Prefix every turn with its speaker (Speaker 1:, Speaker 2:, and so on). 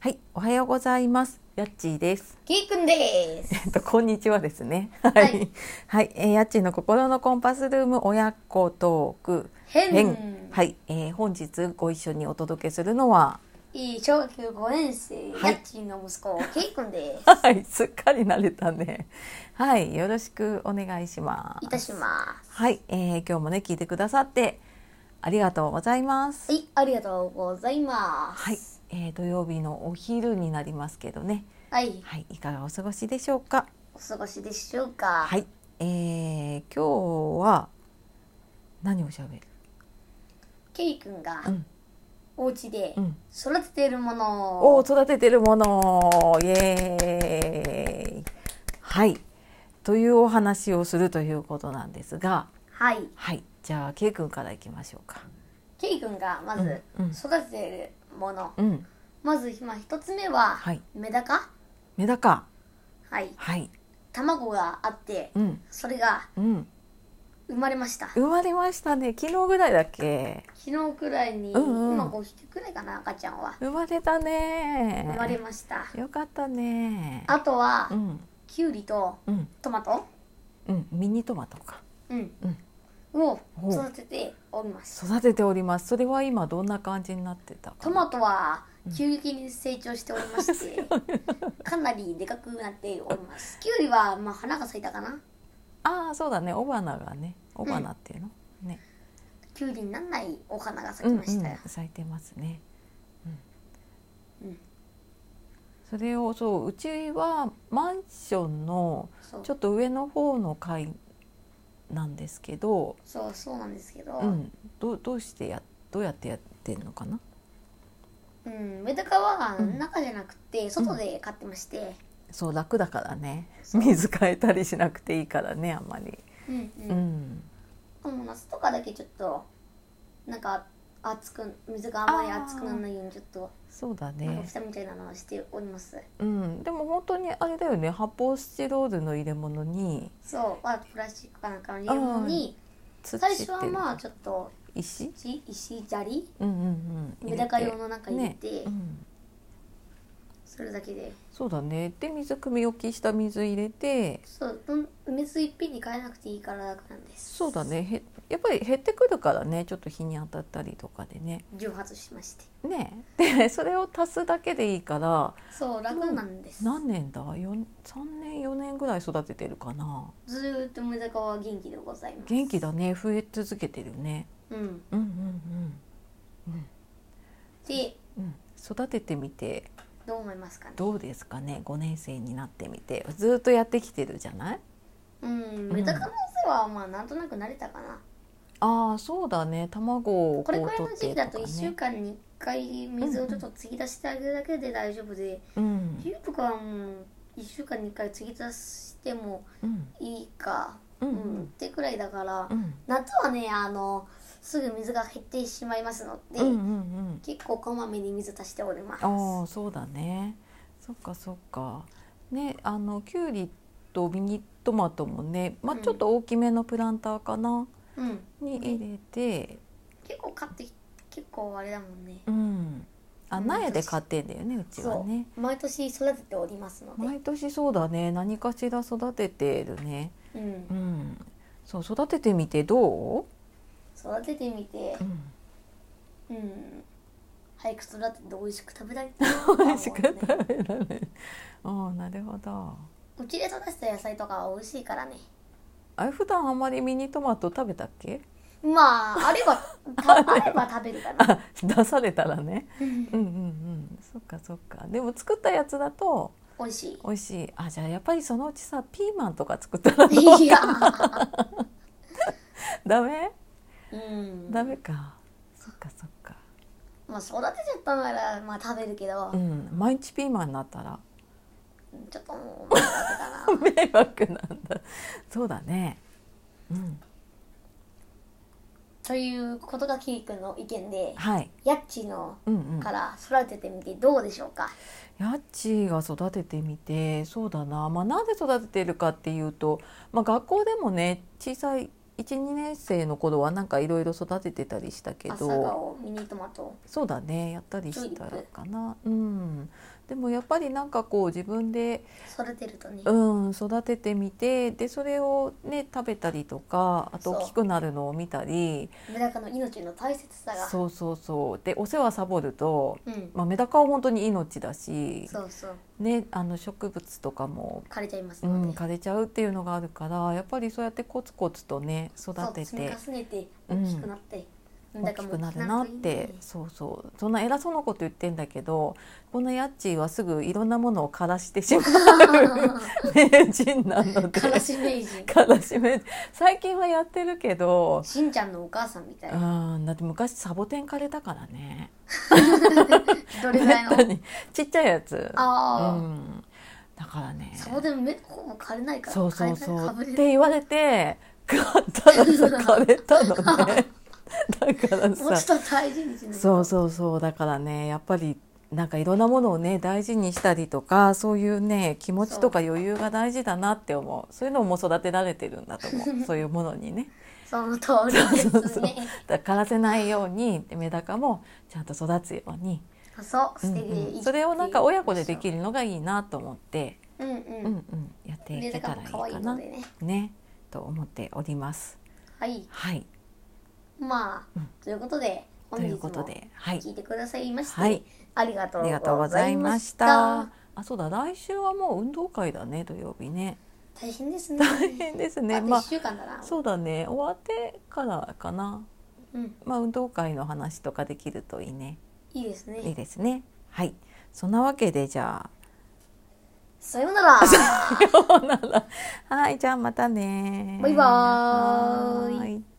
Speaker 1: はい、おはようございます。やっちーです。
Speaker 2: キーくんです。
Speaker 1: えっと、こんにちはですね。はいい、はい、えー、やっちーの心のコンパスルーム親子トーク
Speaker 2: 変
Speaker 1: 編。はい、えー、本日ご一緒にお届けするのは。
Speaker 2: いい小学5年生、
Speaker 1: はい
Speaker 2: やっちーの息子、キーくんです。
Speaker 1: はい、すっかり慣れたね。はい、よろしくお願いしま
Speaker 2: い
Speaker 1: す。
Speaker 2: たします。
Speaker 1: はい、えー、今日もね、聞いてくださって。ありがとうございます。
Speaker 2: はい、ありがとうございます。
Speaker 1: はい、えー、土曜日のお昼になりますけどね。
Speaker 2: はい、
Speaker 1: はい、いかがお過ごしでしょうか。
Speaker 2: お過ごしでしょうか。
Speaker 1: はい、えー、今日は何をしゃべる、
Speaker 2: ケイくんが
Speaker 1: うん
Speaker 2: お家で
Speaker 1: うん、
Speaker 2: 育てているもの
Speaker 1: お
Speaker 2: を、
Speaker 1: 育ててるものイエーイはいというお話をするということなんですが
Speaker 2: はい、
Speaker 1: はいじゃあ K 君からいきましょうか
Speaker 2: ケイくんがまず
Speaker 1: うんうん
Speaker 2: 育てているもの、
Speaker 1: うん
Speaker 2: まず今一つ目は、
Speaker 1: はい
Speaker 2: メダカ。
Speaker 1: メダカ
Speaker 2: はい、
Speaker 1: はい
Speaker 2: 卵があって、
Speaker 1: うん
Speaker 2: それが
Speaker 1: うん
Speaker 2: 生まれました。
Speaker 1: 生まれましたね昨日ぐらいだっけ
Speaker 2: 昨日くらいに、
Speaker 1: うんうん
Speaker 2: 今5匹くらいかな、赤ちゃんは。
Speaker 1: 生まれたね
Speaker 2: 生まれました。
Speaker 1: よかったね
Speaker 2: あとは
Speaker 1: う、ん
Speaker 2: きゅうりと
Speaker 1: うん
Speaker 2: トマト、
Speaker 1: うんミニトマトか
Speaker 2: うん
Speaker 1: うん
Speaker 2: を
Speaker 1: ほう
Speaker 2: 育てております。
Speaker 1: 育てておりますそれは今どんな感じになってたか
Speaker 2: ト
Speaker 1: な
Speaker 2: マトは急激に成長しておりまして、 かなりでかくなっております。きゅうりはまあ花が咲いたかな。
Speaker 1: ああそうだね雄花がね雄花っていうの、ね
Speaker 2: きゅうりになんないお花が咲
Speaker 1: う
Speaker 2: き
Speaker 1: んう
Speaker 2: ま
Speaker 1: ん
Speaker 2: したよ。
Speaker 1: 咲いてますねうん、
Speaker 2: うん
Speaker 1: それをそううちはマンションの
Speaker 2: そう
Speaker 1: ちょっと上の方の階なんですけど、
Speaker 2: そうそうなんですけど、
Speaker 1: う
Speaker 2: うん
Speaker 1: ん、どうどうしてやどうやってやってんのかな
Speaker 2: メダカは
Speaker 1: うん
Speaker 2: 中じゃなくて外で飼ってまして、
Speaker 1: そう楽だからね
Speaker 2: そう
Speaker 1: 水変えたりしなくていいからねあんまり、
Speaker 2: うん
Speaker 1: う
Speaker 2: うん
Speaker 1: ん、
Speaker 2: でも夏とかだけちょっとなんか熱く水があんまり熱くならないようにちょっと
Speaker 1: そうだね、
Speaker 2: なんか蓋みたいなのをしております。
Speaker 1: うん、でも本当にあれだよね発泡スチロールの入れ物に
Speaker 2: そう、まあ、プラスチックかなんかの入れ物に
Speaker 1: 土って
Speaker 2: 最
Speaker 1: い
Speaker 2: 初
Speaker 1: うの
Speaker 2: はまあちょっと
Speaker 1: 石
Speaker 2: 石石砂利
Speaker 1: うんうんうん
Speaker 2: メダカ
Speaker 1: 入れ
Speaker 2: 用
Speaker 1: て
Speaker 2: の中に入れて、
Speaker 1: ねうん、
Speaker 2: それだけで
Speaker 1: そうだねで水汲み置きした水入れて
Speaker 2: そうどん梅水いっぺんに変えなくていいから楽なんです
Speaker 1: そうだねへやっぱり減ってくるからねちょっと日に当たったりとかでね
Speaker 2: 蒸発しまして
Speaker 1: ねでそれを足すだけでいいから
Speaker 2: そう楽なんです
Speaker 1: 何年だよん3年4年ぐらい育ててるかな
Speaker 2: ずーっとメダカは元気でございます
Speaker 1: 元気だね増え続けてるね
Speaker 2: うん
Speaker 1: うんうん
Speaker 2: で
Speaker 1: うんうん育ててみて
Speaker 2: どう思いますかね
Speaker 1: どうですかね5年生になってみてずっとやってきてるじゃない
Speaker 2: うんメダカのお世話はまあなんとなく慣れたかな、
Speaker 1: ああそうだね卵を
Speaker 2: これく
Speaker 1: う
Speaker 2: らいの時期だと1週
Speaker 1: ね
Speaker 2: 間に1回水をちょっと継ぎ出してあげるだけで大丈夫で、
Speaker 1: うん
Speaker 2: 冬とかはもう1週間に1回継ぎ足しても
Speaker 1: うん
Speaker 2: いいか、
Speaker 1: うんう
Speaker 2: うんっ
Speaker 1: ん
Speaker 2: てくらいだから、
Speaker 1: うん
Speaker 2: 夏はねあのすぐ水が減ってしまいますので、
Speaker 1: うんうん
Speaker 2: 結構こまめに水足しております
Speaker 1: ああそうだねそっかそっかねあのきゅうりとミニトマトもねまあ
Speaker 2: うん
Speaker 1: ちょっと大きめのプランターかな
Speaker 2: うん
Speaker 1: に入れて
Speaker 2: 結構買ってき結構あれだもんね
Speaker 1: うんあ
Speaker 2: うん
Speaker 1: 苗で買ってんだよねうちはね
Speaker 2: 毎年育てておりますので、
Speaker 1: 毎年そうだね何かしら育ててるね
Speaker 2: うん
Speaker 1: う、んそう育ててみてどう
Speaker 2: 育ててみて
Speaker 1: うん
Speaker 2: うん早く育てて美味しく食べたい
Speaker 1: 美味しく食
Speaker 2: ね、
Speaker 1: べられるああなるほど
Speaker 2: うちで育てた野菜とかは美味しいからね
Speaker 1: あれ普段あんまりミニトマト食べたっけ
Speaker 2: まああれば たあれば食べるかな
Speaker 1: あ出されたらね
Speaker 2: うん
Speaker 1: うんうんうんそっかそっかでも作ったやつだと
Speaker 2: 美味しい
Speaker 1: 美味しいあじゃあやっぱりそのうちさピーマンとか作ったら
Speaker 2: いや、
Speaker 1: ダメ
Speaker 2: うん、
Speaker 1: ダメかそっかそっか
Speaker 2: まあ育てちゃったならまあ食べるけど、
Speaker 1: うん毎日ピーマンになったら
Speaker 2: ちょっともう迷惑だな
Speaker 1: 迷惑なんだそうだねうん
Speaker 2: ということがキーくんの意見で
Speaker 1: はい
Speaker 2: ヤッチの
Speaker 1: うんうん
Speaker 2: から育ててみてどうでしょうか、
Speaker 1: ヤッチーが育ててみてそうだな、まあ、なんで育ててるかっていうと、まあ、学校でもね小さい1 12年生の頃はなんかいろいろ育ててたりしたけ
Speaker 2: 朝
Speaker 1: ど
Speaker 2: 顔ミニトマト
Speaker 1: そうだねやったりした
Speaker 2: チューリッ
Speaker 1: かな、うん、でもやっぱりなんかこう自分で、
Speaker 2: 育てるとね、
Speaker 1: うん、育ててみてでそれをね食べたりとかあと
Speaker 2: そう
Speaker 1: 大きくなるのを見たり
Speaker 2: メダカの命の大切さが
Speaker 1: そうそうそうでお世話サボると、
Speaker 2: うん、
Speaker 1: まあ、メダカは本当に命だし、
Speaker 2: そうそう
Speaker 1: ね、あの植物とかも、
Speaker 2: 枯れちゃいます
Speaker 1: う
Speaker 2: ので、
Speaker 1: ん、枯れちゃうっていうのがあるからやっぱりそうやってコツコツとね育
Speaker 2: そう
Speaker 1: て
Speaker 2: 積み
Speaker 1: て
Speaker 2: 重ねて
Speaker 1: うん
Speaker 2: 大きくなって、
Speaker 1: 大きくなるなってそうそうそんな偉そうなこと言ってんだけどこのやっちーはすぐいろんなものを枯らしてしま う 名人なので
Speaker 2: 悲し めいじ
Speaker 1: 枯らしめ最近はやってるけど
Speaker 2: しんちゃんのお母さんみたいな
Speaker 1: うんだって昔サボテン枯れたからね
Speaker 2: どれ
Speaker 1: め
Speaker 2: ぐらいの
Speaker 1: ったにちっちゃいやつ
Speaker 2: ああ、
Speaker 1: うん、だからね
Speaker 2: そうでも目ほぼ枯れないから
Speaker 1: そうそうそうって
Speaker 2: 枯れないかぶれ
Speaker 1: 言われて買ったらさ枯れたの ねだから
Speaker 2: もう
Speaker 1: さ
Speaker 2: ちょっと大事にしないと
Speaker 1: そうそうそうだからねやっぱりなんかいろんなものをね大事にしたりとかそういうね気持ちとか余裕が大事だなって思うそういうのも育てられてるんだと思う そういうものにね
Speaker 2: その通りですね
Speaker 1: そうそうだから枯らせないようにメダカもちゃんと育つように、
Speaker 2: あそう
Speaker 1: う
Speaker 2: 捨
Speaker 1: ん
Speaker 2: て
Speaker 1: う
Speaker 2: ていいってい
Speaker 1: ん
Speaker 2: う
Speaker 1: それをなんか親子でできるのがいいなと思って、
Speaker 2: うんう
Speaker 1: うんんうん、やってい
Speaker 2: メ
Speaker 1: け
Speaker 2: ダ
Speaker 1: たら
Speaker 2: カも
Speaker 1: いい
Speaker 2: 可愛い
Speaker 1: かな
Speaker 2: のでね
Speaker 1: ねと思っております。
Speaker 2: はい
Speaker 1: はい
Speaker 2: まあ、
Speaker 1: うん
Speaker 2: ということで
Speaker 1: と
Speaker 2: 本
Speaker 1: い
Speaker 2: 日
Speaker 1: う
Speaker 2: も
Speaker 1: ことで、はい、
Speaker 2: 聞いてくださいまして、
Speaker 1: はい
Speaker 2: ありがと
Speaker 1: ありがとう
Speaker 2: う
Speaker 1: ご
Speaker 2: ご
Speaker 1: ざ
Speaker 2: ざ
Speaker 1: い
Speaker 2: い
Speaker 1: ま
Speaker 2: ま
Speaker 1: し。
Speaker 2: した
Speaker 1: あ、そうだ、来週はもう運動会だね、土曜日ね。
Speaker 2: 大変ですね
Speaker 1: 大変ですね。
Speaker 2: あと
Speaker 1: ま
Speaker 2: 1週間だな、
Speaker 1: あ、そうだね、終わってからかな。
Speaker 2: うん
Speaker 1: まあ、運動会の話とかできるといいね。
Speaker 2: いいですね
Speaker 1: いいですね。はい。そんなわけで、じ ゃ
Speaker 2: さよう なら
Speaker 1: あ。さようならはい、じゃあ、またね。
Speaker 2: バイバーイ
Speaker 1: はーい